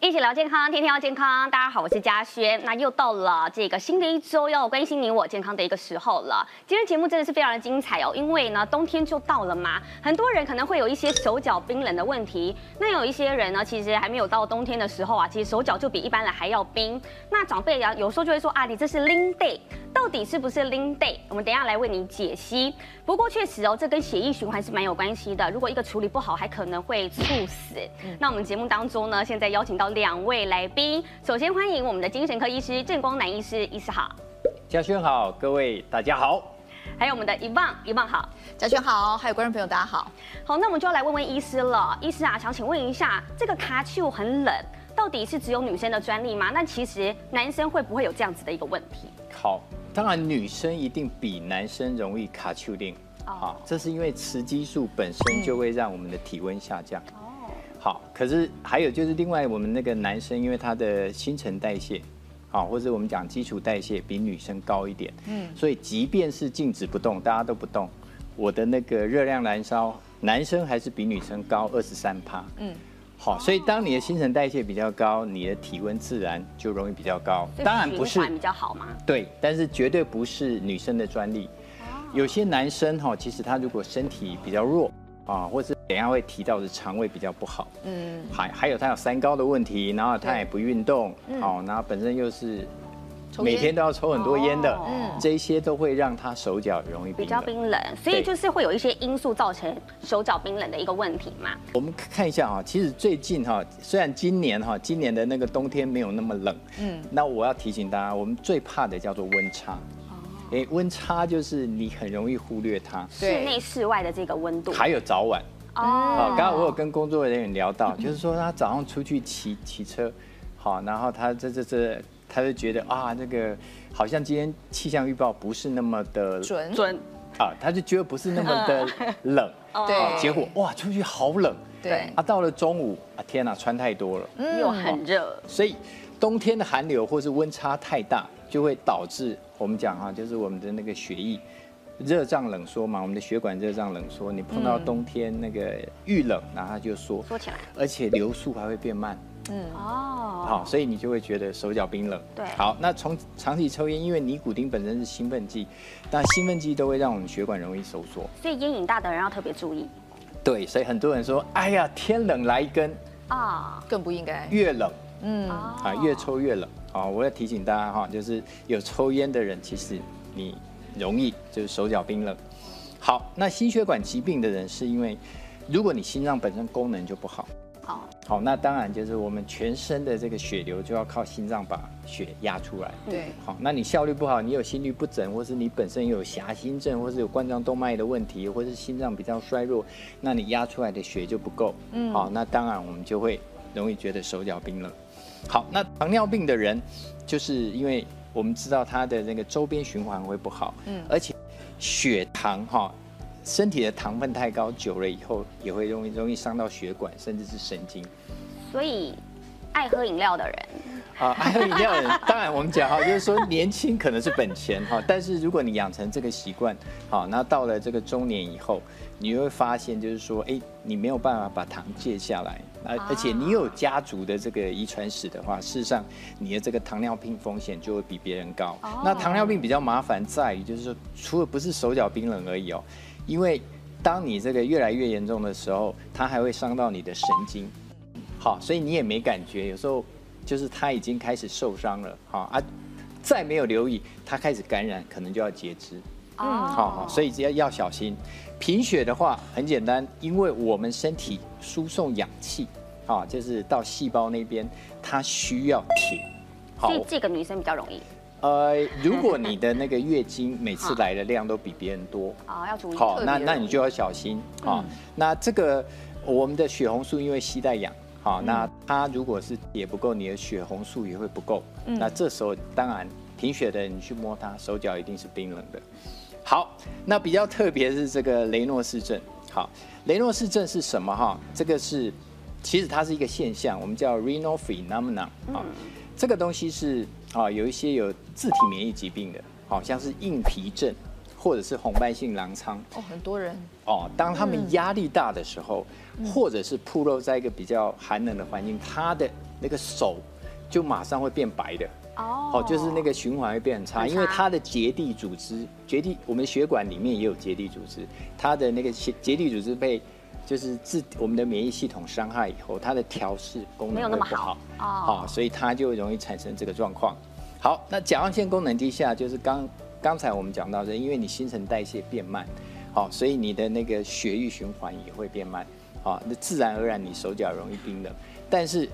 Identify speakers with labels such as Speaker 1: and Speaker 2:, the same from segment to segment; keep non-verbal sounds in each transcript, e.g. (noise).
Speaker 1: 一起聊健康，天天要健康。大家好，我是嘉轩。那又到了这个新的一周要关心你我健康的一个时候了。今天节目真的是非常的精彩哦，因为呢冬天就到了嘛，很多人可能会有一些手脚冰冷的问题。那有一些人呢，其实还没有到冬天的时候啊，其实手脚就比一般人还要冰。那长辈啊，有时候就会说啊，你这是 Lean Day，到底是不是 Lean Day？我们等一下来为你解析。不过确实哦，这跟血液循环是蛮有关系的。如果一个处理不好，还可能会猝死。那我们节目当中呢，现在邀请到两位来宾，首先欢迎我们的精神科医师郑光南医师，医师好；
Speaker 2: 嘉轩好，各位大家好。
Speaker 1: 还有我们的一旺，一旺好。
Speaker 3: 贾轩好，还有观众朋友大家好。
Speaker 1: 好，那我们就要来问问医师了。医师啊，想请问一下，这个卡丘很冷，到底是只有女生的专利吗？那其实男生会不会有这样子的一个问题？
Speaker 2: 好，当然女生一定比男生容易卡丘令
Speaker 1: 哦
Speaker 2: 啊，这是因为雌激素本身就会让我们的体温下降。
Speaker 1: 哦，
Speaker 2: 好，可是还有就是另外我们那个男生，因为他的新陈代谢，好，或者我们讲基础代谢比女生高一点，嗯，所以即便是静止不动，大家都不动，我的那个热量燃烧，男生还是比女生高二十三趴，嗯。好，所以当你的新陈代谢比较高，你的体温自然就容易比较高。
Speaker 1: 所以
Speaker 2: 当然不是
Speaker 1: 循环比较好吗？
Speaker 2: 对，但是绝对不是女生的专利。有些男生哈、其实他如果身体比较弱啊，或是等一下会提到的肠胃比较不好，嗯，还还有他有三高的问题，然后他也不运动，哦，然后本身又是
Speaker 3: 抽
Speaker 2: 每
Speaker 3: 烟
Speaker 2: 天都要抽很多烟的
Speaker 1: 哦，
Speaker 2: 嗯，这一些都会让他手脚容易
Speaker 1: 比
Speaker 2: 冰
Speaker 1: 较
Speaker 2: 冷。
Speaker 1: 冰冷，所以
Speaker 2: 对
Speaker 1: 就是会有一些因素造成手脚冰冷的一个问题嘛。
Speaker 2: 我们看一下哈，啊其实最近哈，虽然今年哈，今年的那个冬天没有那么冷，嗯，那我要提醒大家，我们最怕的叫做温差。哎，温差就是你很容易忽略它，
Speaker 1: 室内室外的这个温度。
Speaker 2: 还有早晚啊。
Speaker 1: 嗯哦
Speaker 2: 刚刚我有跟工作人员聊到，就是说他早上出去骑骑车，好，然后他这这这，他就觉得啊，那个好像今天气象预报不是那么的
Speaker 3: 准
Speaker 1: 准
Speaker 2: 啊，他就觉得不是那么的冷，
Speaker 1: 哦
Speaker 2: 啊，
Speaker 3: 对
Speaker 2: 结果哇，出去好冷。
Speaker 3: 对
Speaker 2: 啊，到了中午啊，天哪，穿太多了，
Speaker 1: 又很热，
Speaker 2: 所以冬天的寒流或是温差太大，就会导致我们讲哈、就是我们的那个血液热胀冷缩嘛，我们的血管热胀冷缩，你碰到冬天那个遇冷，然后它就缩，
Speaker 1: 缩起来
Speaker 2: 而且流速还会变慢。
Speaker 1: 哦，
Speaker 2: 好，所以你就会觉得手脚冰冷。
Speaker 1: 对
Speaker 2: 好，那从长期抽烟，因为尼古丁本身是兴奋剂，那兴奋剂都会让我们血管容易收缩。
Speaker 1: 所以烟瘾大的人要特别注意
Speaker 2: 对，所以很多人说，哎呀，天冷来一根，
Speaker 1: 啊。
Speaker 3: 更不应该。
Speaker 2: 越冷
Speaker 1: 哦
Speaker 2: 啊，越抽越冷啊！我要提醒大家哈，就是有抽烟的人，其实你容易就是手脚冰冷。好，那心血管疾病的人是因为，如果你心脏本身功能就不好，
Speaker 1: 哦
Speaker 2: 好，那当然就是我们全身的这个血流就要靠心脏把血压出来。
Speaker 3: 对，
Speaker 2: 好，那你效率不好，你有心律不整，或是你本身有狭心症，或是有冠状动脉的问题，或是心脏比较衰弱，那你压出来的血就不够。嗯，好，那当然我们就会容易觉得手脚冰冷。好，那糖尿病的人，就是因为我们知道他的那个周边循环会不好，嗯，而且血糖哈、身体的糖分太高，久了以后也会容易容易伤到血管，甚至是神经。
Speaker 1: 所以爱喝饮料的人，
Speaker 2: 啊， (laughs) 还有饮料的人，当然我们讲哈，就是说年轻可能是本钱哈，但是如果你养成这个习惯，好，那到了这个中年以后，你会发现就是说，哎，你没有办法把糖戒下来，而而且你有家族的这个遗传史的话，事实上你的这个糖尿病风险就会比别人高。那糖尿病比较麻烦在于就是说，除了不是手脚冰冷而已哦，因为当你这个越来越严重的时候，它还会伤到你的神经。好，所以你也没感觉，有时候就是他已经开始受伤了，好啊，再没有留意，他开始感染，可能就要截肢，
Speaker 1: 嗯，
Speaker 2: 好好，所以要要小心。贫血的话很简单，因为我们身体输送氧气，啊，就是到细胞那边，它需要铁。好
Speaker 1: 所，以这个女生比较容易
Speaker 2: 呃，如果你的那个月经每次来的量都比别人多，
Speaker 1: 啊，要注意。
Speaker 2: 好，
Speaker 3: 特
Speaker 2: 那
Speaker 3: 别
Speaker 2: 那
Speaker 3: 容
Speaker 2: 你
Speaker 3: 易嗯
Speaker 2: 就要小心啊、那这个我们的血红素因为吸带氧，
Speaker 3: 嗯
Speaker 2: 好、那它如果是也不够，你的血红素也会不够。
Speaker 3: 嗯
Speaker 2: 那这时候当然贫血的人你去摸它，手脚一定是冰冷的。好，那比较特别是这个雷诺氏症。好，雷诺氏症是什么哈？这个是其实它是一个现象，我们叫 renal phenomenon 啊、
Speaker 3: 嗯
Speaker 2: 这个东西是啊有一些有自体免疫疾病的，好像是硬皮症或者是红斑性狼疮。
Speaker 3: 哦，很多人
Speaker 2: 哦，当
Speaker 1: 嗯
Speaker 2: 他们压力大的时候，或者是暴露在一个比较寒冷的环境，他的那个手就马上会变白的。
Speaker 1: 哦
Speaker 2: 哦，就是那个循环会变很差，
Speaker 1: 很差
Speaker 2: 因为它的结缔组织，结缔我们血管里面也有结缔组织，它的那个结结缔组织被就是自我们的免疫系统伤害以后，它的调试功能
Speaker 1: 没有那么
Speaker 2: 会不
Speaker 1: 好
Speaker 2: 好、
Speaker 1: 哦
Speaker 2: 所以它就容易产生这个状况。好，那甲状腺功能低下就是刚刚才我们讲到的，因为你新陈代谢变慢，好、所以你的那个血液循环也会变慢，好、那自然而然你手脚容易冰冷，但是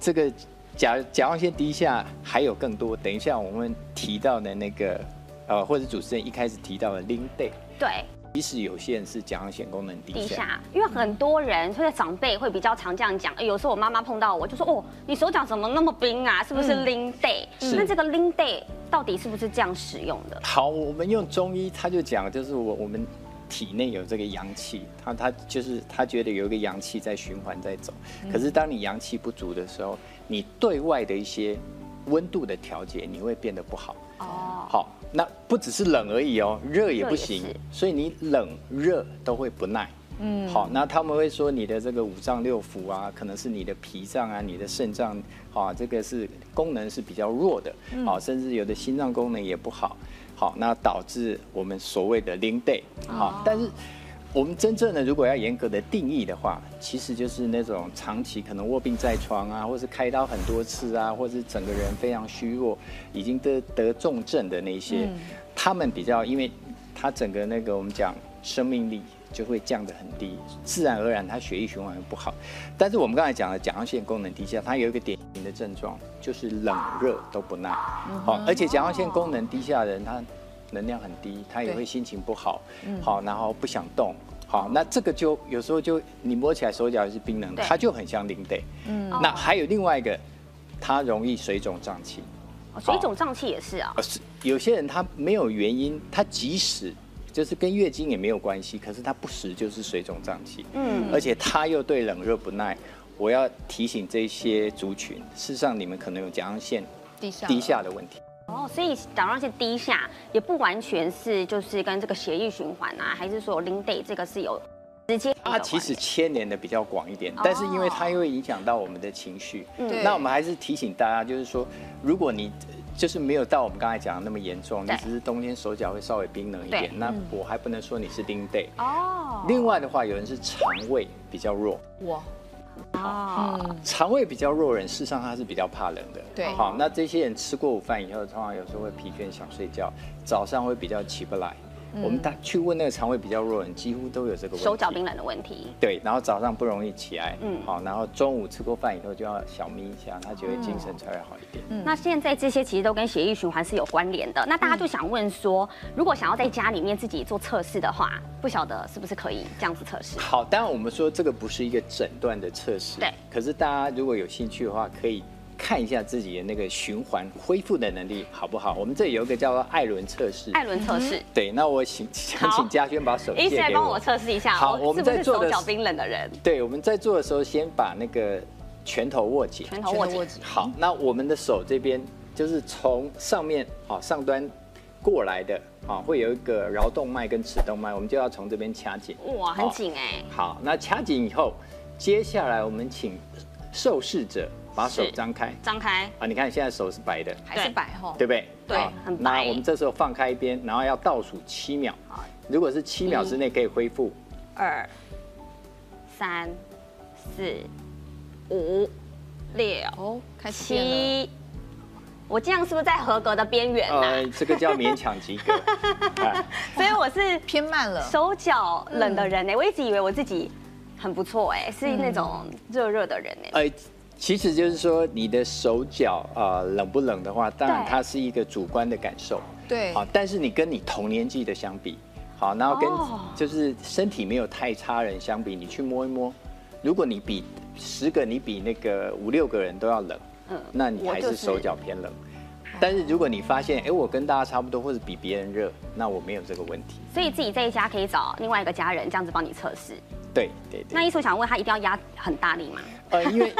Speaker 2: 这个甲甲状腺低下还有更多，等一下我们提到的那个，呃，或者主持人一开始提到的 l i n day，
Speaker 1: 对。
Speaker 2: 其实有些人是甲状腺功能低
Speaker 1: 低
Speaker 2: 下，
Speaker 1: 下，因为很多人或者长辈会比较常这样讲。哎有时候我妈妈碰到我就说：“哦，你手脚怎么那么冰啊？是不是
Speaker 3: 嗯
Speaker 1: Lean Day？”
Speaker 2: 是
Speaker 1: 那这个 Lean Day 到底是不是这样使用的？
Speaker 2: 好，我们用中医，他就讲，就是我我们体内有这个阳气，他他就是他觉得有一个阳气在循环在走。可是当你阳气不足的时候，你对外的一些温度的调节，你会变得不好。
Speaker 1: 哦，
Speaker 2: 好，那不只是冷而已哦，热也不行
Speaker 1: 热也是，
Speaker 2: 所以你冷热都会不耐。嗯，好，那他们会说你的这个五脏六腑啊，可能是你的脾脏啊，你的肾脏啊，这个是功能是比较弱的，
Speaker 1: 嗯
Speaker 2: 好、甚至有的心脏功能也不好，好，那导致我们所谓的 l i n day
Speaker 1: 哦
Speaker 2: 好，但是我们真正的如果要严格的定义的话，其实就是那种长期可能卧病在床啊，或是开刀很多次啊，或是整个人非常虚弱，已经得得重症的那一些，他们比较，因为他整个那个我们讲生命力就会降得很低，自然而然他血液循环会不好。但是我们刚才讲的甲状腺功能低下，它有一个典型的症状就是冷热都不耐，好、而且甲状腺功能低下的人他。能量很低，他也
Speaker 3: 对
Speaker 2: 会心情不好，好，然后不想动，好，那这个就有时候就你摸起来手脚也是冰冷的，
Speaker 1: 对
Speaker 2: 它就很像零 day。嗯
Speaker 1: 哦，
Speaker 2: 那还有另外一个，它容易水肿胀气。
Speaker 1: 哦水肿胀气也是啊。
Speaker 2: 呃是有些人他没有原因，他即使就是跟月经也没有关系，可是他不时就是水肿胀气。
Speaker 1: 嗯，
Speaker 2: 而且他又对冷热不耐。我要提醒这些族群，事实上你们可能有甲状腺
Speaker 3: 低下了
Speaker 2: 低下的问题。
Speaker 1: 哦，所以甲状腺低下也不完全是就是跟这个血液循环啊，还是说 Lean Day 这个是有直接的关
Speaker 2: 它
Speaker 1: 联。
Speaker 2: 其实牵连的比较广一点
Speaker 1: 哦，嗯
Speaker 2: 但是因为它又会影响到我们的情绪，
Speaker 3: 对
Speaker 2: 那我们还是提醒大家，就是说，如果你呃就是没有到我们刚才讲的那么严重，你
Speaker 1: 对
Speaker 2: 只是冬天手脚会稍微冰冷一
Speaker 1: 对嗯
Speaker 2: 点，那我还不能说你是丁 day。
Speaker 1: 哦，
Speaker 2: 另外的话，有人是肠胃比较弱，
Speaker 3: 我
Speaker 1: 哦，
Speaker 3: 嗯
Speaker 2: 肠胃比较弱的人，事实上他是比较怕冷的。
Speaker 3: 对
Speaker 2: 好，那这些人吃过午饭以后，通常有时候会疲倦，想睡觉，早上会比较起不来。我们大去问那个肠胃比较弱的人，几乎都有这个问
Speaker 1: 嗯
Speaker 2: 题。
Speaker 1: 手脚冰冷的问题。
Speaker 2: 对，然后早上不容易起来，
Speaker 1: 嗯
Speaker 2: 嗯，好，然后中午吃过饭以后就要小眯一下，他觉得精
Speaker 1: 哦
Speaker 2: 神才会好一点。
Speaker 1: 那现在这些其实都跟血液循环是有关联的。那大家就想问说，如果想要在家里面自己做测试的话，不晓得是不是可以这样子测试？
Speaker 2: 好，当然我们说这个不是一个诊断的测试，
Speaker 1: 对
Speaker 2: 可是大家如果有兴趣的话，可以看一下自己的那个循环恢复的能力好不好。我们这里有一个叫做艾伦测试，
Speaker 1: 艾伦测试，
Speaker 2: 对，那我请想
Speaker 1: 好
Speaker 2: 请嘉轩把手
Speaker 1: 医
Speaker 2: 借
Speaker 1: 生来
Speaker 2: 给
Speaker 1: 帮我测试一下，
Speaker 2: 好我
Speaker 1: 是不
Speaker 2: 们在
Speaker 1: 是
Speaker 2: 做
Speaker 1: 手
Speaker 2: 的
Speaker 1: 脚
Speaker 2: 是
Speaker 1: 冰冷的人？
Speaker 2: 对，我们在做的时候先把那个拳头握紧，
Speaker 1: 拳头握紧，
Speaker 3: 紧
Speaker 2: 好，那我们的手这边就是从上面好上端过来的啊，会有一个桡动脉跟尺动脉，我们就要从这边掐紧。
Speaker 1: 哇，很
Speaker 2: 好。
Speaker 1: 紧哎，
Speaker 2: 好，那掐紧以后，接下来我们请受试者把手
Speaker 1: 是
Speaker 2: 张开
Speaker 1: 张开，
Speaker 2: 啊，你看现在手是白的，
Speaker 3: 还是白哈，
Speaker 2: 对不对？
Speaker 1: 对
Speaker 2: 好
Speaker 1: 很白嗯
Speaker 2: 那我们这时候放开一边，然后要倒数七秒
Speaker 1: 好。
Speaker 2: 如果是七秒之内可以恢复，
Speaker 1: 二、三、四、五、六、
Speaker 3: 哦，开始变了，
Speaker 1: 七。我这样是不是在合格的边缘呐？
Speaker 2: 呃，这个叫勉强
Speaker 1: (laughs)
Speaker 2: 及格。啊
Speaker 1: 所以我是
Speaker 3: 偏慢了，
Speaker 1: 手脚冷的
Speaker 3: 嗯
Speaker 1: 人呢、欸我一直以为我自己很不错哎、是那种
Speaker 3: 嗯
Speaker 1: 热热的人哎、
Speaker 2: 呃，其实就是说你的手脚啊、呃冷不冷的话，当然
Speaker 1: 对
Speaker 2: 它是一个主观的感受，
Speaker 3: 对
Speaker 2: 好，但是你跟你同年纪的相比，好，然后跟
Speaker 1: 哦
Speaker 2: 就是身体没有太差人相比，你去摸一摸，如果你比十个你比那个五六个人都要冷，
Speaker 1: 嗯
Speaker 2: 那你
Speaker 1: 我
Speaker 2: 还
Speaker 1: 就是哦是
Speaker 2: 手脚偏冷。但是如果你发现，哎、我跟大家差不多，或者比别人热，那我没有这个问题。
Speaker 1: 所以自己在家可以找另外一个家人这样子帮你测试。
Speaker 2: 对对对。
Speaker 1: 那医生想问他一定要压很大力吗？
Speaker 2: 呃，因为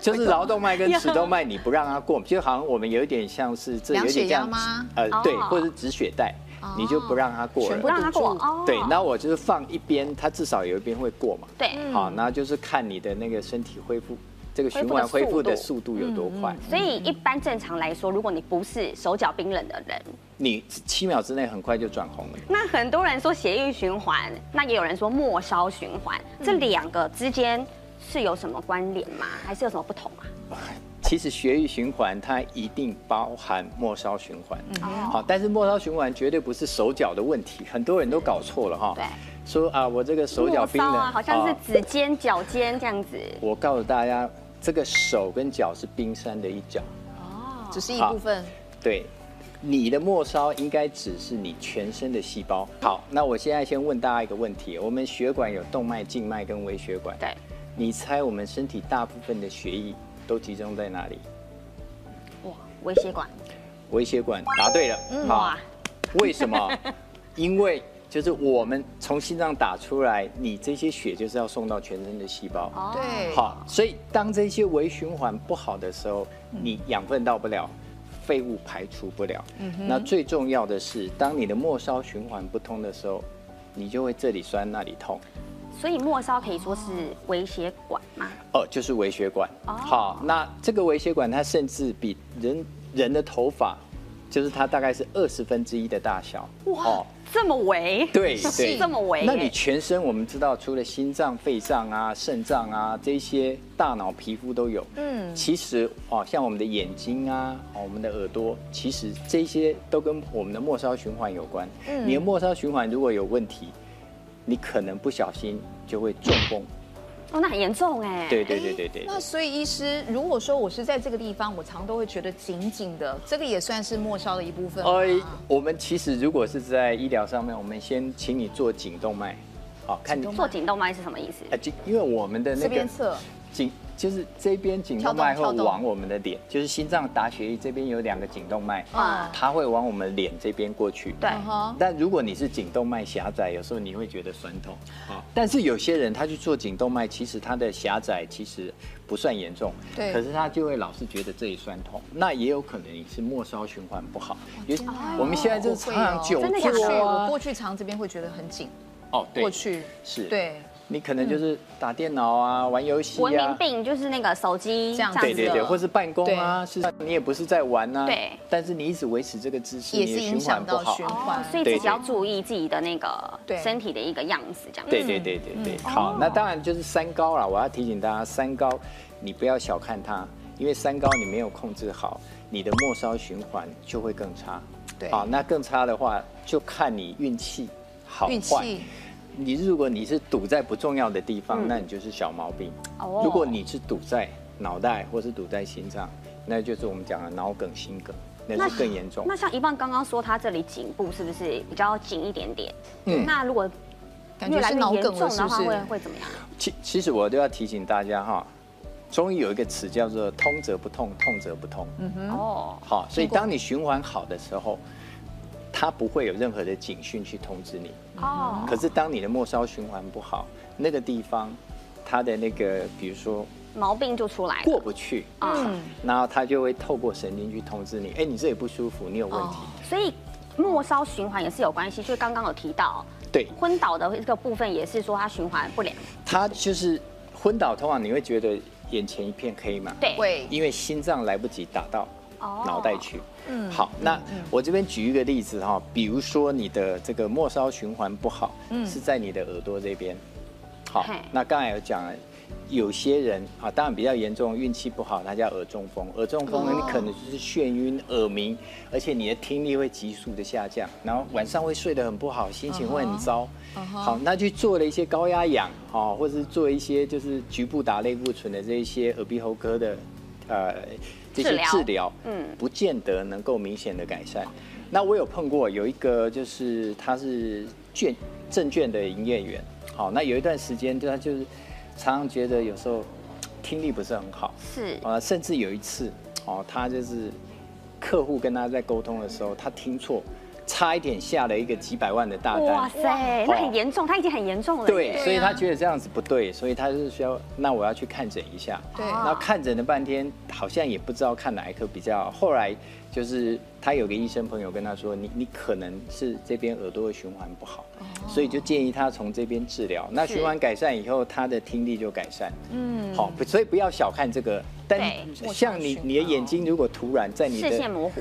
Speaker 2: 就是桡动脉跟尺动脉，你不让它过，就好像我们有一点像是这有
Speaker 3: 量血
Speaker 2: 点
Speaker 3: 压
Speaker 2: 像
Speaker 3: 吗
Speaker 2: 呃
Speaker 1: 哦，
Speaker 2: 对，或者是止血带，你就不让它过
Speaker 3: 全
Speaker 1: 不
Speaker 3: 部
Speaker 2: 了。
Speaker 1: 让他过
Speaker 3: 堵住
Speaker 1: 哦。
Speaker 2: 对，那我
Speaker 3: 嗯
Speaker 2: 就是放一边，它至少有一边会过嘛。
Speaker 1: 对，
Speaker 2: 好，那就是看你的那个身体恢复这个循环恢复的速度有多快。
Speaker 1: 所以一般正常来说，如果你不是手脚冰冷的人，
Speaker 2: 你七秒之内很快就转红了。
Speaker 1: 那很多人说血液循环，那也有人说末梢循环，
Speaker 3: 嗯
Speaker 1: 这两个之间是有什么关联吗？还是有什么不同啊？
Speaker 2: 其实血液循环它一定包含末梢循环，
Speaker 1: 哦
Speaker 2: 好，但是末梢循环绝对不是手脚的问题，很多人都搞错了哈。
Speaker 1: 对，
Speaker 2: 说啊，我这个手脚
Speaker 1: 末
Speaker 2: 冰冷，
Speaker 1: 梢啊，好像是
Speaker 2: 啊
Speaker 1: 指尖、脚尖这样子。
Speaker 2: 我告诉大家，这个手跟脚是冰山的一角，
Speaker 1: 哦，
Speaker 3: 只是一
Speaker 2: 好
Speaker 3: 部分，
Speaker 2: 对。你的末梢应该只是你全身的细胞。好，那我现在先问大家一个问题：我们血管有动脉、静脉跟微血管。
Speaker 1: 对，
Speaker 2: 你猜我们身体大部分的血液都集中在哪里？
Speaker 1: 哇，微血管，
Speaker 2: 微血管，答对了。
Speaker 1: 嗯哇，(laughs)
Speaker 2: 为什么？因为就是我们从心脏打出来，你这些血就是要送到全身的细胞。
Speaker 1: 哦，
Speaker 3: 对，，
Speaker 2: 好，所以当这些微循环不好的时候，
Speaker 1: 嗯
Speaker 2: 你养分到不了，废物排除不了。
Speaker 1: 嗯
Speaker 2: 那最重要的是，当你的末梢循环不通的时候，你就会这里酸那里痛。
Speaker 1: 所以末梢可以说是微血管嘛。
Speaker 2: 哦，就是微血管。
Speaker 1: 哦
Speaker 2: 好，那这个微血管它甚至比人人的头发，就是它大概是二十分之一的大小。
Speaker 1: 哇，这么微，
Speaker 2: 哦
Speaker 1: (laughs)
Speaker 2: 对
Speaker 3: 是
Speaker 2: 对，
Speaker 1: 这么微
Speaker 2: 那你全身我们知道，除了心脏、肺脏啊、肾脏啊这些，大脑、皮肤都有。
Speaker 3: 嗯，
Speaker 2: 其实哦，像我们的眼睛啊，哦我们的耳朵，其实这些都跟我们的末梢循环有关。
Speaker 3: 嗯
Speaker 2: 你的末梢循环如果有问题，你可能不小心就会中风。
Speaker 1: 哦，那很严重哎。
Speaker 2: 对对对对
Speaker 3: 诶
Speaker 2: 对。
Speaker 3: 那所以医师，哎如果说我是在这个地方，我常都会觉得紧紧的，这个也算是末梢的一啊部分吗。
Speaker 2: 呃，我们其实如果是在医疗上面，我们先请你做颈动脉，好看你
Speaker 3: 颈动脉
Speaker 1: 做颈动脉是什么意思？
Speaker 2: 啊，颈因为我们的那
Speaker 3: 这
Speaker 2: 个
Speaker 3: 边侧，
Speaker 2: 颈就是这边颈动脉会
Speaker 3: 跳动跳动
Speaker 2: 往我们的脸，就是心脏打血液这边有两个颈动脉，
Speaker 3: 嗯
Speaker 1: 啊
Speaker 2: 它会往我们脸这边过去。
Speaker 1: 对
Speaker 3: 嗯哼
Speaker 2: 但如果你是颈动脉狭窄，有时候你会觉得酸痛啊。但是有些人他去做颈动脉，其实他的狭窄其实不算严重，
Speaker 3: 对
Speaker 2: 可是他就会老是觉得这里酸痛，那也有可能你是末梢循环不好。尤其我们现在
Speaker 3: 哦
Speaker 2: 就常常久
Speaker 1: 真的假
Speaker 3: 过
Speaker 1: 的
Speaker 3: 去
Speaker 2: 坐
Speaker 3: 我
Speaker 2: 啊，
Speaker 3: 过去常这边会觉得很紧，
Speaker 2: 哦，对
Speaker 3: 过，去
Speaker 2: 是，
Speaker 3: 对，
Speaker 2: 你可能就是打电脑啊，玩游戏啊，
Speaker 1: 文明病啊就是那个手机
Speaker 3: 这样子
Speaker 2: 对对
Speaker 3: 的
Speaker 2: 对，或是办公啊，是你也不是在玩啊，
Speaker 1: 对
Speaker 2: 但是你一直维持这个姿势，
Speaker 3: 也
Speaker 2: 你
Speaker 3: 是
Speaker 2: 的
Speaker 3: 影
Speaker 2: 循
Speaker 3: 响
Speaker 2: 环不
Speaker 3: 到
Speaker 2: 好
Speaker 3: 循。
Speaker 1: 哦
Speaker 3: 环，，
Speaker 1: 所以自己要注意自己的那个
Speaker 3: 对
Speaker 1: 身体的一个样子，这样子。
Speaker 2: 对对对
Speaker 1: 嗯
Speaker 2: 对
Speaker 1: 哦
Speaker 2: 对，好，那当然就是三高啦。我要提醒大家，三高你不要小看它，因为三高你没有控制好，你的末梢循环就会更差。
Speaker 3: 对
Speaker 2: 好，那更差的话就看你运气好
Speaker 3: 运
Speaker 2: 坏。
Speaker 3: 气
Speaker 2: 你如果你是堵在不重要的地方，那你就是小毛病。
Speaker 1: 嗯哦
Speaker 2: 如果你是堵在脑袋或是堵在心脏，那就是我们讲的脑梗、心梗，那是更严重
Speaker 1: 那。像一棒刚刚说，他这里颈部是不是比较紧一点点？
Speaker 2: 嗯
Speaker 1: 那如果
Speaker 3: 感
Speaker 1: 越
Speaker 3: 觉
Speaker 1: 来
Speaker 3: 是
Speaker 1: 越
Speaker 3: 脑
Speaker 1: 严
Speaker 3: 梗
Speaker 1: 重
Speaker 3: 了，是
Speaker 1: 的
Speaker 3: 不
Speaker 1: 话，
Speaker 3: 是？
Speaker 1: 会会怎么样？
Speaker 2: 其其实我都要提醒大家哈，中医有一个词叫做“通则不痛，痛则不痛”。
Speaker 3: 嗯
Speaker 1: 哦，
Speaker 2: 好，所以当你循环好的时候，它不会有任何的警讯去通知你。
Speaker 1: 哦，
Speaker 2: 可是当你的末梢循环不好，那个地方它的那个，比如说
Speaker 1: 毛病就出来了。
Speaker 2: 过不去，
Speaker 1: 嗯，
Speaker 2: 然后它就会透过神经去通知你，哎，你这里不舒服，你有问题。
Speaker 1: 所以末梢循环也是有关系，就是刚刚有提到
Speaker 2: 对，
Speaker 1: 昏倒的一个部分，也是说它循环不良。
Speaker 2: 它就是昏倒，通常你会觉得眼前一片黑嘛，，
Speaker 1: 对，
Speaker 3: 会
Speaker 2: 因为心脏来不及打到
Speaker 1: 哦
Speaker 2: 脑袋去。嗯，好，那我这边举一个例子哈，比如说你的这个末梢循环不好，是在你的耳朵这边。好
Speaker 1: 嘿，
Speaker 2: 那刚才有讲了。有些人啊，当然比较严重，运气不好，那叫耳中风。耳中风
Speaker 1: 哦
Speaker 2: 呢，你可能就是眩晕、耳鸣，而且你的听力会急速的下降，然后晚上会睡得很不好，心情会很糟。
Speaker 1: 哦
Speaker 2: 好，那去做了一些高压氧，哦，或是做一些就是局部打类固醇的这一些耳鼻喉科的，呃，
Speaker 1: 治
Speaker 2: 这些
Speaker 1: 疗
Speaker 2: 治疗，
Speaker 1: 嗯
Speaker 2: 嗯，不见得能够明显的改善。那我有碰过有一个就是他是券证券的营业员，好，那有一段时间对他就是常常觉得有时候听力不是很好，
Speaker 1: 是
Speaker 2: 啊，甚至有一次哦，他就是客户跟他在沟通的时候，他听错，差一点下了一个几百万的大单。
Speaker 1: 哇塞，那很严重，他已经很严重了。
Speaker 2: 哦对，所以
Speaker 3: 对啊
Speaker 2: 他觉得这样子不对，所以他是需要，那我要去看诊一下。
Speaker 3: 对
Speaker 1: 哦
Speaker 2: 那看诊了半天，好像也不知道看哪一科比较好。后来就是他有个医生朋友跟他说，你你可能是这边耳朵的循环不好，所以就建议他从这边治疗。那
Speaker 1: 哦是
Speaker 2: 循环改善以后，他的听力就改善。嗯，好，不所以不要小看这个。但
Speaker 1: 对哦
Speaker 2: 像你你的眼睛如果突然在你的
Speaker 1: 视线模糊，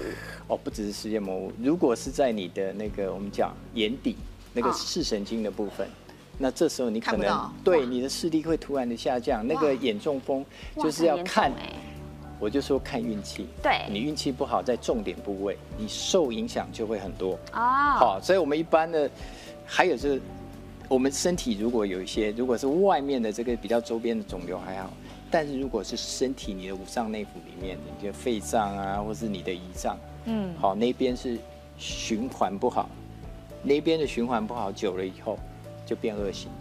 Speaker 2: 哦，不只是视线模糊，如果是在你的那个我们讲眼底那个
Speaker 1: 嗯
Speaker 2: 视神经的部分，那这时候你可
Speaker 3: 看不
Speaker 2: 能
Speaker 3: 到
Speaker 2: 对你的视力会突然的下降，那个眼中风
Speaker 1: 哇
Speaker 2: 就是要
Speaker 1: 很严重
Speaker 2: 看，
Speaker 1: 哎
Speaker 2: 我就说看运气，
Speaker 1: 对
Speaker 2: 你运气不好在重点部位，你受影响就会很多。
Speaker 1: 啊，
Speaker 2: 好，所以我们一般的还有就是，我们身体如果有一些，如果是外面的这个比较周边的肿瘤还好，但是如果是身体你的五脏内腑里面，你的肺脏啊，或是你的胰脏，嗯，好那边是循环不好，那边的循环不好久了以后就变恶性了。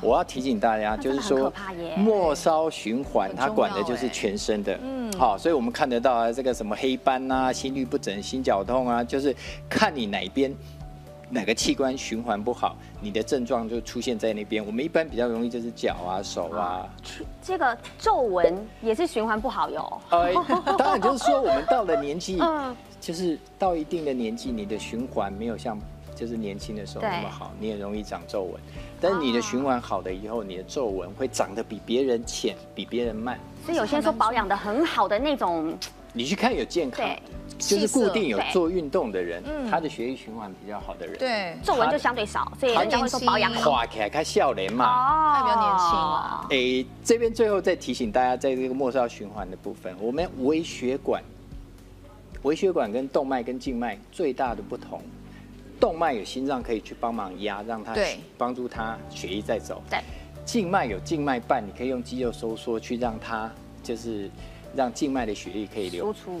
Speaker 2: 我要提醒大家，
Speaker 1: 哦那
Speaker 2: 就
Speaker 1: 真
Speaker 2: 是
Speaker 1: 的很可
Speaker 2: 说
Speaker 1: 怕耶，
Speaker 2: 末梢循环
Speaker 3: 很
Speaker 2: 它
Speaker 3: 重
Speaker 2: 管的
Speaker 3: 要
Speaker 2: 就是
Speaker 3: 哎
Speaker 2: 全身的，嗯，好，所以我们看得到啊，这个什么黑斑啊、心律不整、心绞痛啊，就是看你哪边哪个器官循环不好，你的症状就出现在那边。我们一般比较容易就是脚啊、手啊，
Speaker 1: 这个皱纹也是循环不好哟。
Speaker 3: 啊
Speaker 2: 呃，当然就是说我们到了年
Speaker 3: (laughs)
Speaker 2: 纪
Speaker 1: 嗯，
Speaker 2: 就是到一定的年纪，你的循环没有像就是年轻的时候那么好，你也容易长皱纹。但是你
Speaker 3: 啊
Speaker 2: 的循环好了以后，你的皱纹会长得比别人浅，比别人慢。
Speaker 1: 所以有些人说保养的很好的那种，
Speaker 2: 你去看有健康
Speaker 1: 对，
Speaker 2: 就是固定有
Speaker 1: 气色
Speaker 2: 做运动的人，他的血液循环比较好的人，，
Speaker 3: 对，
Speaker 1: 皱纹就相对少，所以人家会说保养好。
Speaker 2: 垮起来看笑脸嘛。
Speaker 1: 哦
Speaker 3: 他比较年轻啊嘛
Speaker 2: 诶，这边最后再提醒大家，在这个末梢循环的部分，我们微血管、微血管跟动脉跟静脉最大的不同，动脉有心脏可以去帮忙压，让它
Speaker 3: 对
Speaker 2: 帮助它血液再走。
Speaker 1: 对，
Speaker 2: 静脉有静脉瓣，你可以用肌肉收缩去让它就是让静脉的血液可以流
Speaker 1: 输出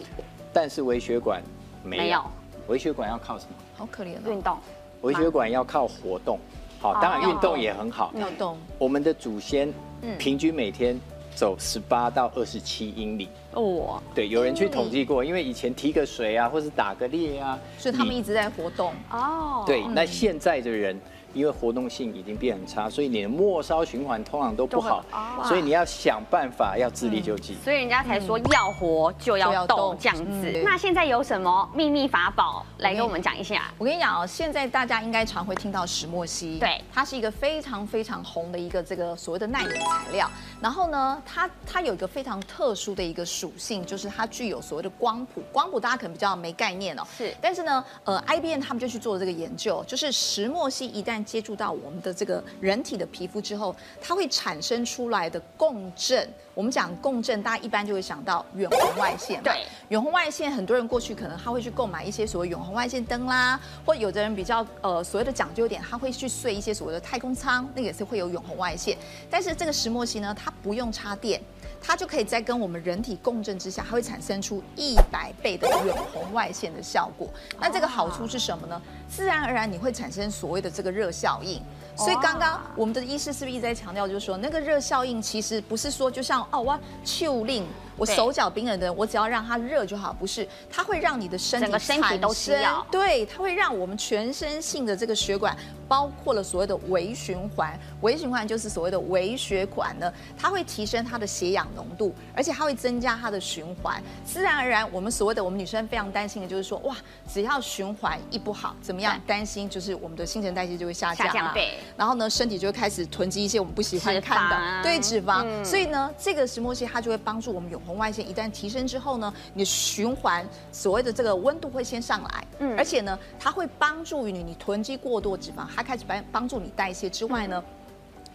Speaker 2: 但是微血管没有。
Speaker 1: 没有
Speaker 2: 微血管要靠什么？
Speaker 3: 好可怜
Speaker 1: 运
Speaker 3: 哦，
Speaker 1: 动，
Speaker 2: 微血管要靠活动。好，当然运动也很好。
Speaker 1: 嗯
Speaker 3: 要动
Speaker 2: 我们的祖先平均每天走十八到二十七英里。
Speaker 1: 哦，
Speaker 2: 对，有人去统计过，因为以前提个水啊，或是打个猎啊，
Speaker 3: 所以
Speaker 1: 嗯
Speaker 3: 他们
Speaker 2: 你
Speaker 3: 一直在活动。
Speaker 1: 哦，
Speaker 2: 对。那现在的人因为活动性已经变很差，所以你的末梢循环通常都不好
Speaker 1: 都会嗯哦，
Speaker 2: 所以你要想办法要自力救济。
Speaker 1: 所以人家才说要活就
Speaker 3: 就
Speaker 1: 要
Speaker 3: 要
Speaker 1: 动
Speaker 3: 动
Speaker 1: 这样子。
Speaker 3: 嗯
Speaker 1: 那现在有什么秘密法宝来跟
Speaker 3: 我
Speaker 1: 我们讲一下？
Speaker 3: 我跟你讲哦，现在大家应该常会听到石墨烯，
Speaker 1: 对
Speaker 3: 它是一个非常非常红的一个这个所谓的耐氧材料。然后呢，它它有一个非常特殊的一个属性，就是它具有所谓的光谱。光谱大家可能比较没概念哦，
Speaker 1: 是
Speaker 3: 但是呢，呃，IBM 他们就去做了这个研究，就是石墨烯一旦接触到我们的这个人体的皮肤之后，它会产生出来的共振。我们讲共振，大家一般就会想到远红外线嘛。
Speaker 1: 对
Speaker 3: 远红外线，很多人过去可能他会去购买一些所谓远红外线灯啦，或有的人比较呃所谓的讲究一点，他会去睡一些所谓的太空舱，那个也是会有远红外线。但是这个石墨烯呢，它不用插电，它就可以在跟我们人体共振之下，它会产生出一百倍的远红外线的效果。那这个好处是什么呢？自然而然你会产生所谓的这个热效应。所以刚刚啊我们的医师是不是一直在强调，就是说那个热效应其实不是说就像哦我丘令我
Speaker 1: 对
Speaker 3: 手脚冰冷的人，我只要让它热就好，不是，它会让你的身体
Speaker 1: 整个身体都需要
Speaker 3: 产生对，它会让我们全身性的这个血管，包括了所谓的微循环，微循环就是所谓的微血管呢，它会提升它的血氧浓度，而且它会增加它的循环。自然而然，我们所谓的我们女生非常担心的就是说，哇，只要循环一不好，怎么样？担心就是我们的新陈代谢就会下降、
Speaker 1: 下
Speaker 3: 啊，
Speaker 1: 降对
Speaker 3: 然后呢，身体就会开始囤积一些我们不喜欢看
Speaker 1: 脂肪嗯
Speaker 3: 的，对脂肪。所以呢，这个石墨烯它就会帮助我们远红外线一旦提升之后呢，你的循环所谓的这个温度会先上来，
Speaker 1: 嗯
Speaker 3: 而且呢，它会帮助于你你囤积过多的脂肪，它开始帮帮助你代谢之外
Speaker 1: 嗯
Speaker 3: 呢。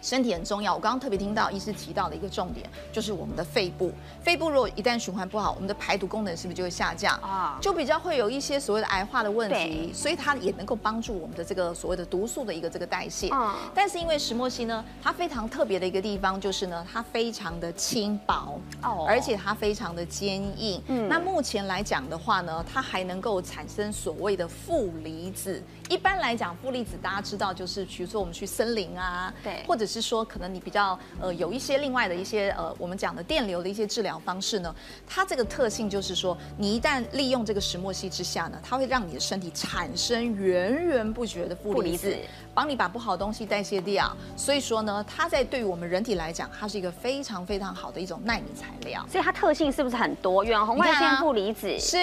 Speaker 3: 身体很重要，我刚刚特别听到医师提到的一个重点，就是我们的肺部。肺部如果一旦循环不好，我们的排毒功能是不是就会下降
Speaker 1: 啊
Speaker 3: 啊？就比较会有一些所谓的癌化的问
Speaker 1: 对
Speaker 3: 题，所以它也能够帮助我们的这个所谓的毒素的一个这个代谢。
Speaker 1: 嗯
Speaker 3: 但是因为石墨烯呢，它非常特别的一个地方就是呢，它非常的轻薄，
Speaker 1: 哦
Speaker 3: 而且它非常的坚硬。
Speaker 1: 嗯
Speaker 3: 那目前来讲的话呢，它还能够产生所谓的负离子。一般来讲，负离子大家知道就是，比如说我们去森林啊，
Speaker 1: 对
Speaker 3: 或者是说可能你比较呃有一些另外的一些呃我们讲的电流的一些治疗方式呢，它这个特性就是说，你一旦利用这个石墨烯之下呢，它会让你的身体产生源源不绝的负
Speaker 1: 负
Speaker 3: 离
Speaker 1: 离
Speaker 3: 子
Speaker 1: 子，
Speaker 3: 帮你把不好的东西代谢掉。所以说呢，它在对于我们人体来讲，它是一个非常非常好的一种纳米材料。
Speaker 1: 所以它特性是不是很多？远红外
Speaker 3: 你看
Speaker 1: 线
Speaker 3: 啊
Speaker 1: 负离子，
Speaker 3: 是，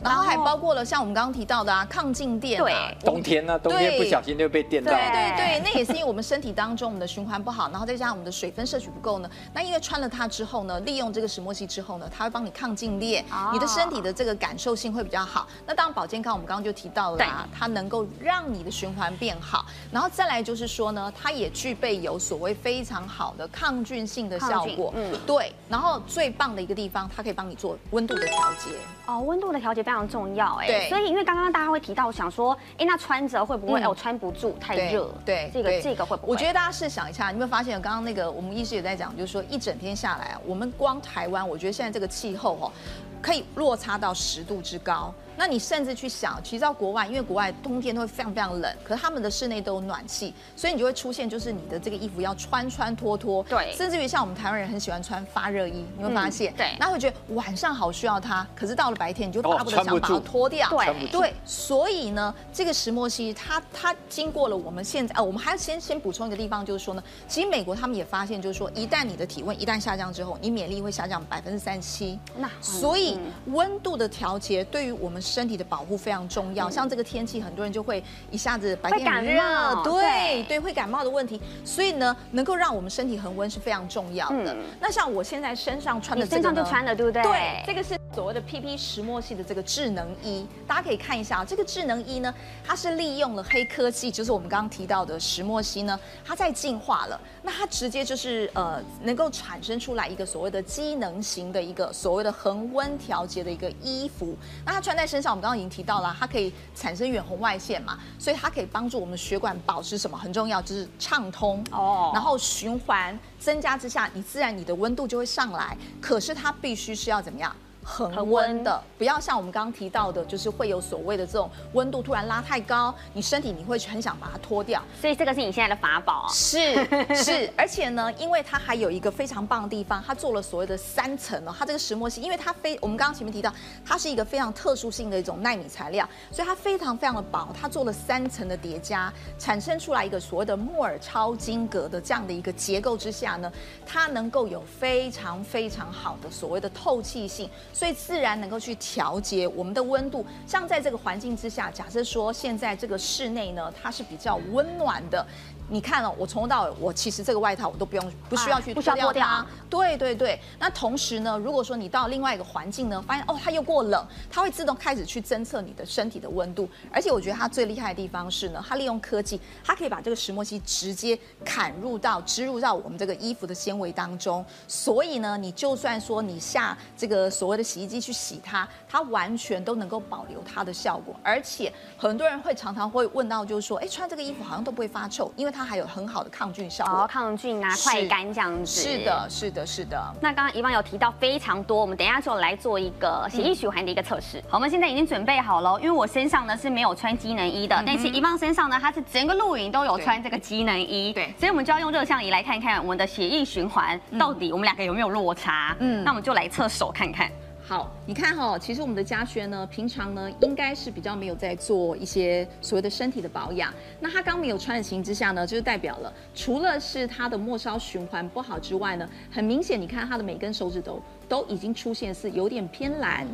Speaker 3: 然后还
Speaker 1: 然后
Speaker 3: 包括了像我们刚刚提到的啊，抗静电、啊
Speaker 1: 对，
Speaker 2: 冬天呢、冬天
Speaker 3: 对
Speaker 2: 不小心就被电到。
Speaker 3: 对
Speaker 1: 对
Speaker 3: 对对，那也是因为我们身体当中我们的循环不好，然后再加上我们的水分摄取不够呢。那因为穿了它之后呢，利用这个石墨烯之后呢，它会帮你抗痉裂，
Speaker 1: 哦
Speaker 3: 你的身体的这个感受性会比较好。那当然保健康我们刚刚就提到了啦，它能够让你的循环变好，然后再来就是说呢，它也具备有所谓非常好的抗菌性的效
Speaker 1: 抗菌
Speaker 3: 果。
Speaker 1: 嗯
Speaker 3: 对。然后最棒的一个地方，它可以帮你做温度的调节。
Speaker 1: 哦，温度的调节非常重要哎。
Speaker 3: 对
Speaker 1: 所以因为刚刚大家会提到想说，哎，那穿着会不会
Speaker 3: 嗯
Speaker 1: 哦穿不住太
Speaker 3: 对
Speaker 1: 热？
Speaker 3: 对，
Speaker 1: 这个
Speaker 3: 对
Speaker 1: 这个会不会？
Speaker 3: 我觉得大家试想一下，你有没有发现，刚刚那个我们医师也在讲，就是说一整天下来啊，我们光台湾，我觉得现在这个气候哦，可以落差到十度之高。那你甚至去想，其实到国外，因为国外冬天都会非常非常冷，可是他们的室内都有暖气，所以你就会出现就是你的这个衣服要穿穿脱脱，
Speaker 1: 对
Speaker 3: 甚至于像我们台湾人很喜欢穿发热衣，你会发现，
Speaker 1: 嗯对
Speaker 3: 那会觉得晚上好需要它，可是到了白天你就
Speaker 2: 哦
Speaker 3: 巴不得
Speaker 2: 穿不
Speaker 3: 想把它
Speaker 2: 住
Speaker 3: 脱掉，
Speaker 1: 对
Speaker 2: 穿不住
Speaker 3: 对，所以呢，这个石墨烯它它经过了我们现在呃，我们还要先先补充一个地方，就是说呢，其实美国他们也发现，就是说一旦你的体温一旦下降之后，你免疫力会下降百分之三七。
Speaker 1: 那很
Speaker 3: 所以
Speaker 1: 嗯
Speaker 3: 温度的调节对于我们身体的保护非常重要。像这个天气，很多人就会一下子白
Speaker 1: 嗯
Speaker 3: 天
Speaker 1: 会感
Speaker 3: 很热
Speaker 1: 冒对
Speaker 3: 对对，会感冒的问题。所以呢，能够让我们身体恒温是非常重要的
Speaker 1: 嗯。
Speaker 3: 那像我现在身上穿
Speaker 1: 你
Speaker 3: 的
Speaker 1: 身
Speaker 3: 这个
Speaker 1: 上就
Speaker 3: 呢
Speaker 1: 穿了，对不对？
Speaker 3: 对，这个是所谓的 PP 石墨烯的这个智能衣，大家可以看一下啊，这个智能衣呢，它是利用了黑科技，就是我们刚刚提到的石墨烯呢，它在进化了，那它直接就是呃，能够产生出来一个所谓的机能型的一个所谓的恒温调节的一个衣服，那它穿在身上，我们刚刚已经提到了，它可以产生远红外线嘛，所以它可以帮助我们血管保持什么很重要，就是畅通
Speaker 1: 哦
Speaker 3: 哦，然后。然后循环增加之下，你自然你的温度就会上来。可是它必须是要怎么样？恒
Speaker 1: 恒温
Speaker 3: 温的，不要像我们刚刚提到的，就是会有所谓的这种温度突然拉太高，你身体你会很想把它脱掉。
Speaker 1: 所以这个是你现在的法宝。
Speaker 3: 是是，而且呢，因为它还有一个非常棒的地方，它做了所谓的三层哦，它这个石墨烯，因为它非我们刚刚前面提到，它是一个非常特殊性的一种纳米材料，所以它非常非常的薄，它做了三层的叠加，产生出来一个所谓的莫尔超晶格的这样的一个结构之下呢，它能够有非常非常好的所谓的透气性，所以自然能够去调节我们的温度。像在这个环境之下，假设说现在这个室内呢，它是比较温暖的。你看了、我从头到尾，我其实这个外套我都不用，不需要去
Speaker 1: 啊不需要
Speaker 3: 脱
Speaker 1: 脱掉
Speaker 3: 掉它。对对对。那同时呢，如果说你到另外一个环境呢，发现哦它又过冷，它会自动开始去侦测你的身体的温度。而且我觉得它最厉害的地方是呢，它利用科技，它可以把这个石墨烯直接砍入到植入到我们这个衣服的纤维当中。所以呢，你就算说你下这个所谓的洗衣机去洗它，它完全都能够保留它的效果。而且很多人会常常会问到，就是说，哎，穿这个衣服好像都不会发臭，因为它还有很好的抗菌效
Speaker 1: 哦，
Speaker 3: 果。
Speaker 1: 抗菌啊，
Speaker 3: 是
Speaker 1: 快干这样子。
Speaker 3: 是。的，是的，是的。
Speaker 1: 那刚刚一万有提到非常多，我们等一下就来做一个血液循环的一个测试。好，我们现在已经准备好了，因为我身上呢是没有穿机能衣的，但是一万身上呢，它是整个露营都有穿这个机能衣。
Speaker 3: 对
Speaker 1: 所以我们就要用热像仪来看看我们的血液循环到底我们两个有没有落差。嗯，
Speaker 3: 嗯
Speaker 1: 那我们就来测手看看。
Speaker 3: 好，你看哈、其实我们的嘉轩呢，平常呢应该是比较没有在做一些所谓的身体的保养。那他刚没有穿的情形之下呢，就是代表了除了是他的末梢循环不好之外呢，很明显，你看他的每根手指头都已经出现是有点偏蓝。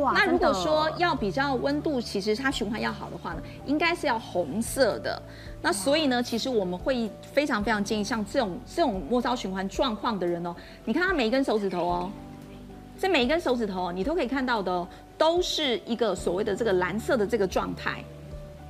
Speaker 1: 哇
Speaker 3: 那如
Speaker 1: 真
Speaker 3: 果
Speaker 1: 的
Speaker 3: 说要比较温度，其实它循环要好的话呢，应该是要红色的。那所以呢，其实我们会非常非常建议像这种这种末梢循环状况的人哦，你看他每一根手指头哦，这每一根手指头哦，你都可以看到的哦，都是一个所谓的这个蓝色的这个状态，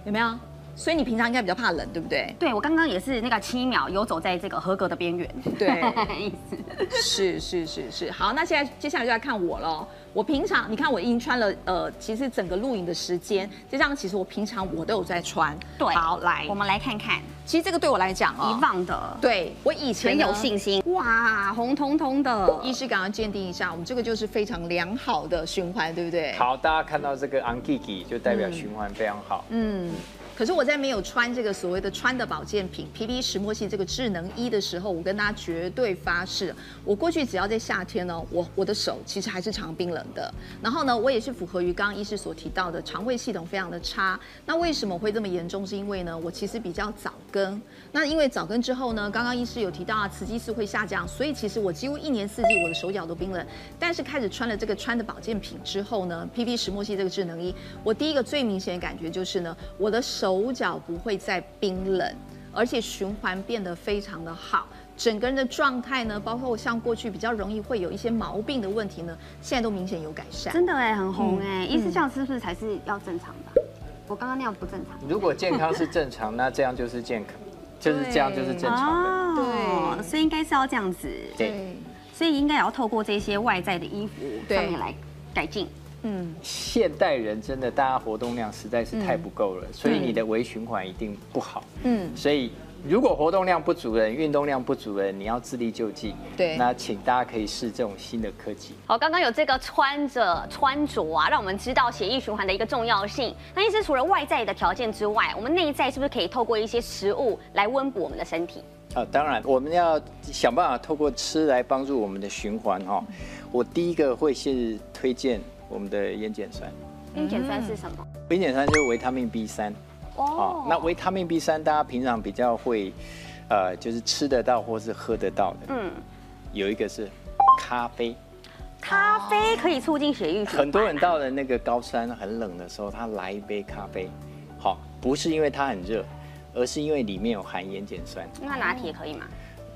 Speaker 3: 有没有？所以你平常应该比较怕冷，对
Speaker 1: (laughs)？
Speaker 3: 不对
Speaker 1: 对我刚刚也是那个七秒游走在这个合格的边缘，
Speaker 3: 对。
Speaker 1: (laughs) 意思。
Speaker 3: 是是是是，好，那现在接下来就来看我喽。我平常你看我已经穿了，呃，其实整个录影的时间，这张其实我平常我都有在穿。
Speaker 1: 对，
Speaker 3: 好来
Speaker 1: 我，们来看看
Speaker 3: 其实这个对我来讲
Speaker 1: 以
Speaker 3: 哦，
Speaker 1: 往的，
Speaker 3: 对我以前
Speaker 1: 很
Speaker 3: 呢
Speaker 1: 有信心。哇，红彤彤的，
Speaker 3: 医师赶快鉴定一下，我们这个就是非常良好的循环，对不对？，
Speaker 2: 好，大家看到这个 a n g i g i 就代表循环非常好。
Speaker 3: 嗯，可是我在没有穿这个所谓的穿的保健品 PB 石墨烯这个智能衣的时候，我跟大家绝对发誓，我过去只要在夏天呢，我我的手其实还是常冰冷的。然后呢，我也是符合于刚刚医师所提到的，肠胃系统非常的差。那为什么会这么严重？是因为呢，我其实比较早更。那因为早更之后呢，刚刚医师有提到啊，雌激素会下降，所以其实我几乎一年四季我的手脚都冰冷。但是开始穿了这个穿的保健品之后呢，PB 石墨烯这个智能衣，我第一个最明显的感觉就是呢，我的手脚不会再冰冷，而且循环变得非常的好。整个人的状态呢，包括像过去比较容易会有一些毛病的问题呢，现在都明显有改善。
Speaker 1: 真的哎，很红哎，
Speaker 2: 嗯
Speaker 1: 医师这样是不是才是要正常的？我刚刚那样不正常
Speaker 2: 如果健康是正常，那这样就是健康，就是这样就是正常
Speaker 3: 啊
Speaker 2: 的。
Speaker 1: 哦，
Speaker 3: 对
Speaker 1: 所以应该是要这样子，
Speaker 2: 对，
Speaker 1: 所以应该也要透过这些外在的衣服
Speaker 3: 对
Speaker 1: 上面来改进。
Speaker 3: 嗯，
Speaker 2: 现代人真的大家活动量实在是太不够了，所以你的微循环一定不好。
Speaker 3: 嗯
Speaker 2: 所以如果活动量不足人、运动量不足人，你要自力救济。
Speaker 3: 对
Speaker 2: 那请大家可以试这种新的科技。
Speaker 1: 好，刚刚有这个穿着穿着啊，让我们知道血液循环的一个重要性。那医师除了外在的条件之外，我们内在是不是可以透过一些食物来温补我们的身体？
Speaker 2: 啊，当然，我们要想办法透过吃来帮助我们的循环哈、
Speaker 3: 嗯
Speaker 2: 我第一个会是推荐我们的烟碱酸，
Speaker 1: 孕检酸是什么？
Speaker 2: 烟碱酸就是维他命 B 三。哦，那维他命 B 三大家平常比较会，呃，就是吃得到或是喝得到的。
Speaker 1: 嗯，
Speaker 2: 有一个是咖啡，
Speaker 1: 咖啡可以促进血液循环。
Speaker 2: 很多人到了那个高山很冷的时候，他来一杯咖啡，好，不是因为它很热，而是因为里面有含烟碱酸。
Speaker 1: 那拿铁可以吗？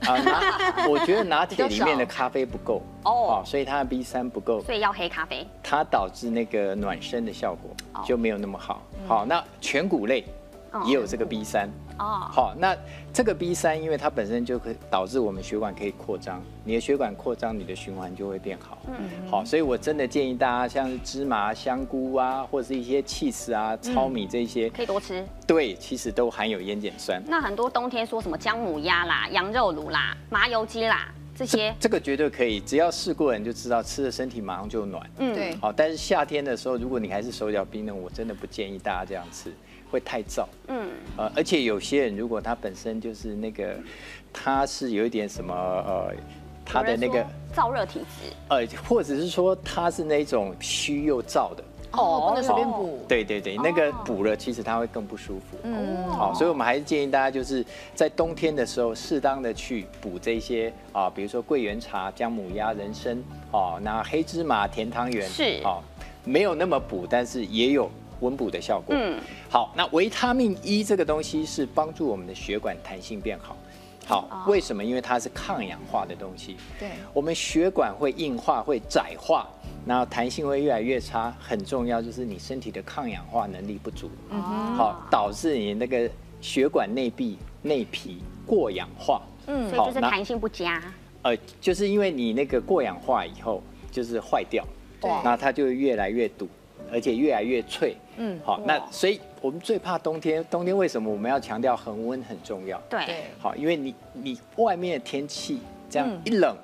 Speaker 2: 啊，
Speaker 1: (laughs)
Speaker 2: 拿我觉得拿铁
Speaker 3: 比
Speaker 2: 里
Speaker 3: 较少
Speaker 2: 面的咖啡不够
Speaker 1: 哦
Speaker 2: 哦，所以它的 B 三不够，
Speaker 1: 所以要黑咖啡。
Speaker 2: 它导致那个暖身的效果
Speaker 1: 哦嗯
Speaker 2: 就没有那么好。好，那全谷类
Speaker 1: 哦
Speaker 2: 也有这个 B 三。
Speaker 1: 哦，
Speaker 2: 好，那这个 B 三，因为它本身就可以导致我们血管可以扩张，你的血管扩张，你的循环就会变好。嗯，好，所以我真的建议大家，像是芝麻、香菇啊，或者是一些 cheese 啊、糙米这些，
Speaker 1: 可以多吃。
Speaker 2: 对，其实都含有烟碱酸。
Speaker 1: 那很多冬天说什么姜母鸭啦、羊肉炉啦、麻油鸡啦这些，
Speaker 2: 这个绝对可以，只要试过的人就知道，吃了身体马上就暖。
Speaker 1: 嗯，
Speaker 3: 对
Speaker 2: 好，但是夏天的时候，如果你还是手脚冰冷，我真的不建议大家这样吃，会太燥。
Speaker 1: 嗯，
Speaker 2: 呃，而且有些人如果他本身就是那个，他是有一点什么呃，他的那
Speaker 1: 有
Speaker 2: 个
Speaker 1: 人说燥热体质，
Speaker 2: 呃，或者是说他是那种虚又燥的，
Speaker 3: 哦，不能随便补。
Speaker 2: 对对对，那
Speaker 1: 哦
Speaker 2: 个补了其实他会更不舒服。
Speaker 3: 嗯
Speaker 2: 好，所以我们还是建议大家就是在冬天的时候，适当的去补这些啊，比如说桂圆茶、姜母鸭、人参，哦，那黑芝麻、甜汤圆，
Speaker 1: 是
Speaker 2: 哦，没有那么补，但是也有温补的效果。
Speaker 1: 嗯，
Speaker 2: 好，那维他命 E 这个东西是帮助我们的血管弹性变好。
Speaker 1: 哦
Speaker 2: 好，为什么？因为它是抗氧化的东西。
Speaker 3: 对
Speaker 2: 我们血管会硬化、会窄化，然后弹性会越来越差。很重要就是你身体的抗氧化能力不足，
Speaker 1: 哦
Speaker 3: 嗯哦
Speaker 2: 好导致你那个血管内壁、内皮过氧化。
Speaker 1: 哦，
Speaker 2: 嗯
Speaker 1: 所以就是弹性不佳，
Speaker 2: 呃，就是因为你那个过氧化以后，就是坏掉，
Speaker 3: 对
Speaker 2: 那它就越来越堵，而且越来越脆。
Speaker 3: 嗯
Speaker 2: 嗯，好，那所以我们最怕冬天。冬天为什么我们要强调恒温很重要？
Speaker 1: 对，
Speaker 3: 对
Speaker 2: 好，因为你你外面的天气这样一冷，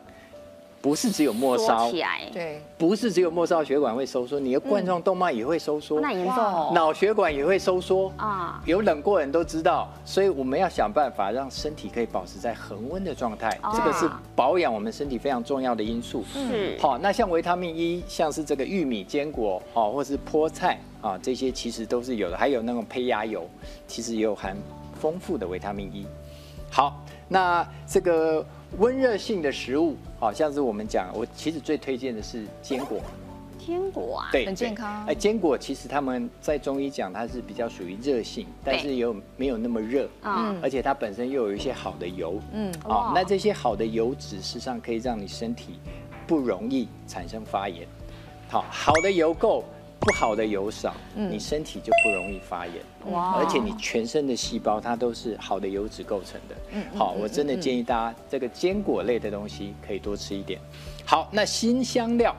Speaker 2: 不是只有末梢
Speaker 1: 嗯缩，起来，嗯
Speaker 3: 对，
Speaker 2: 不是只有末梢血管会收缩，你的冠状动脉也会收缩，
Speaker 1: 那很严重哦
Speaker 2: 脑血管也会收缩
Speaker 1: 啊
Speaker 2: 啊。有冷过的人都知道，所以我们要想办法让身体可以保持在恒温的状态
Speaker 1: 哦，
Speaker 2: 这个是保养我们身体非常重要的因素。
Speaker 1: 是
Speaker 2: 好，那像维他命 E，像是这个玉米、坚果，哦，或是菠菜啊，这些其实都是有的，还有那种胚芽油，其实也有含丰富的维他命 E。好，那这个温热性的食物，好像是我们讲，我其实最推荐的是坚果，
Speaker 1: 坚果啊，
Speaker 2: 对，
Speaker 3: 很健
Speaker 2: 对
Speaker 3: 康
Speaker 2: 哎，坚果其实他们在中医讲它是比较属于热性，但是又没有那么热，
Speaker 1: 嗯
Speaker 2: 嗯，而且它本身又有一些好的油，
Speaker 3: 嗯
Speaker 2: 嗯，
Speaker 1: 哇
Speaker 2: 好，那这些好的油脂事实上可以让你身体不容易产生发炎。好，好的油够，不好的油少，
Speaker 3: 嗯
Speaker 2: 你身体就不容易发炎。
Speaker 3: 哦
Speaker 1: 哇
Speaker 2: 而且你全身的细胞它都是好的油脂构成
Speaker 3: 嗯
Speaker 2: 的。好，我真的建议大家这个坚果类的东西可以多吃一点。好，那新香料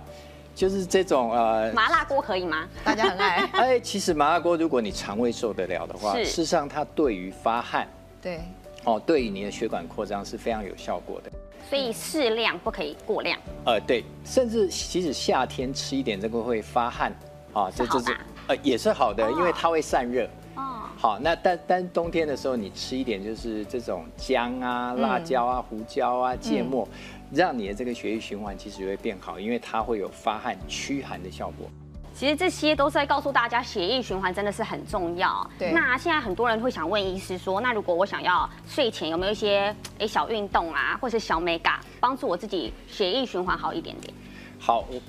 Speaker 2: 就是这种呃。
Speaker 1: 麻辣锅可以吗？
Speaker 3: 大家很爱 (laughs)
Speaker 2: 哎，其实麻辣锅，如果你肠胃受得了的话，
Speaker 1: 是
Speaker 2: 事实上它对于发汗
Speaker 3: 对，
Speaker 2: 哦，对于你的血管扩张是非常有效果的。
Speaker 1: 所以适量不可以过量，
Speaker 2: 呃，对，甚至即使夏天吃一点这个会发汗啊，
Speaker 1: 是好的
Speaker 2: 呃也是好的，因为它会散热。
Speaker 1: 哦，
Speaker 2: 好，那但但冬天的时候，你吃一点就是这种姜啊、
Speaker 1: 嗯
Speaker 2: 辣椒啊、胡椒啊、芥末，让你的这个血液循环其实会变好，因为它会有发汗驱寒的效果。
Speaker 1: 其实这些都是在告诉大家，血液循环真的是很重要。
Speaker 3: 对
Speaker 1: 那现在很多人会想问医师说，那如果我想要睡前有没有一些诶小运动啊，或是小美感，帮助我自己血液循环好一点点？
Speaker 2: 好，我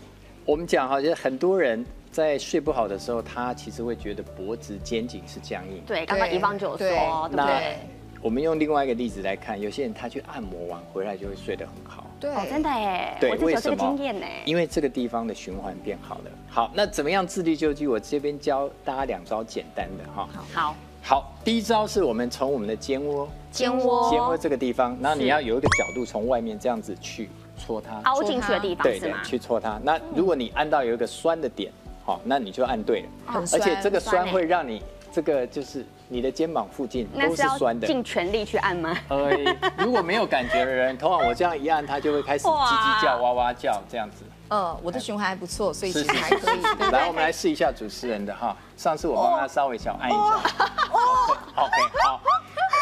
Speaker 2: 我们讲哈，就是很多人在睡不好的时候，他其实会觉得脖子、肩颈是僵硬。
Speaker 1: 对，刚刚
Speaker 3: 对
Speaker 1: 一方就有说，
Speaker 3: 对
Speaker 1: 对不对？
Speaker 2: 我们用另外一个例子来看，有些人他去按摩完回来就会睡得很好。
Speaker 3: 对，
Speaker 1: 哦，真的哎，
Speaker 2: 对
Speaker 1: 我自己有这个
Speaker 2: 为什么
Speaker 1: 经验呢。
Speaker 2: 因为这个地方的循环变好了。好，那怎么样自律救济？我这边教大家两招简单的哈。
Speaker 3: 好
Speaker 1: 好，
Speaker 2: 好，第一招是我们从我们的肩窝，
Speaker 3: 肩窝
Speaker 2: 肩窝这个地方，那
Speaker 1: 是
Speaker 2: 你要有一个角度从外面这样子去戳它，
Speaker 1: 凹进去的地方
Speaker 2: 对
Speaker 1: 是
Speaker 2: 对
Speaker 1: 吗，？
Speaker 2: 去戳它。那如果你按到有一个酸的点，好，那你就按对了。
Speaker 3: 很
Speaker 2: 而
Speaker 3: 酸
Speaker 2: 且这个
Speaker 1: 酸
Speaker 2: 酸
Speaker 1: 欸
Speaker 2: 会让你这个就是你的肩膀附近
Speaker 1: 那
Speaker 2: 都
Speaker 1: 是
Speaker 2: 是
Speaker 1: 要
Speaker 2: 酸的。 (laughs)
Speaker 1: 尽全力去按吗？
Speaker 2: 呃，如果没有感觉的人，通常我这样一按，它就会开始叽叽叫、哇哇叫这样子。
Speaker 3: 呃，我的循环还不错，所以其
Speaker 2: 是
Speaker 3: 实还可以。对
Speaker 2: 来，我们来试一下主持人的哈。上次我帮他稍微小按一下。OK，好，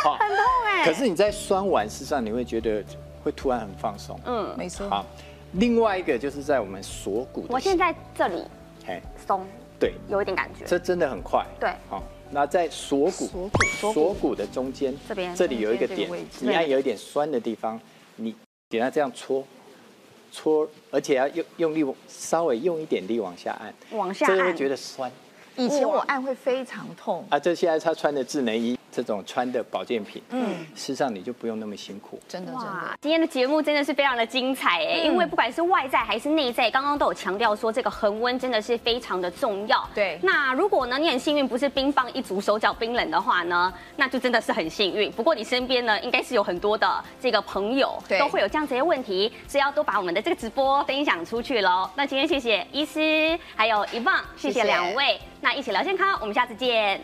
Speaker 2: 好。很痛
Speaker 1: 哎
Speaker 2: 可是你在酸完，事实上你会觉得会突然很放松。
Speaker 1: 嗯，
Speaker 3: 没错，
Speaker 2: 好，另外一个就是在我们锁骨的。
Speaker 1: 我现。在这里
Speaker 2: 哎，
Speaker 1: 松，
Speaker 2: 对，
Speaker 1: 有一点感觉。
Speaker 2: 这真的很快。
Speaker 1: 对
Speaker 2: 好，那在锁骨
Speaker 3: 锁骨锁骨
Speaker 2: 锁骨的中间
Speaker 1: 这边
Speaker 2: 这里有一个点
Speaker 3: 中间这个位置，
Speaker 2: 你按有一点酸的地方，你给它这样戳。戳，而且要用用力，稍微用一点力往下按，
Speaker 1: 往下
Speaker 2: 这个会
Speaker 1: 按
Speaker 2: 觉得酸。
Speaker 3: 以前我按会非常痛，
Speaker 2: 啊，这现在他穿的智能衣，这种穿的保健品，
Speaker 3: 嗯
Speaker 2: 嗯，事实上你就不用那么辛苦。
Speaker 3: 真的真的嗯
Speaker 1: 哇。，今天的节目真的是非常的精彩哎、因为不管是外在还是内在，刚刚都有强调说这个恒温真的是非常的重要。
Speaker 3: 对
Speaker 1: 那如果呢你很幸运不是冰棒一族，手脚冰冷的话呢，那就真的是很幸运。不过你身边呢应该是有很多的这个朋友
Speaker 3: 对
Speaker 1: 都会有这样子的问题，所以要多把我们的这个直播分享出去喽。那今天谢谢医师还有一棒，谢
Speaker 3: 谢
Speaker 1: 谢
Speaker 3: 谢
Speaker 1: 两位，那一起聊健康，我们下次见，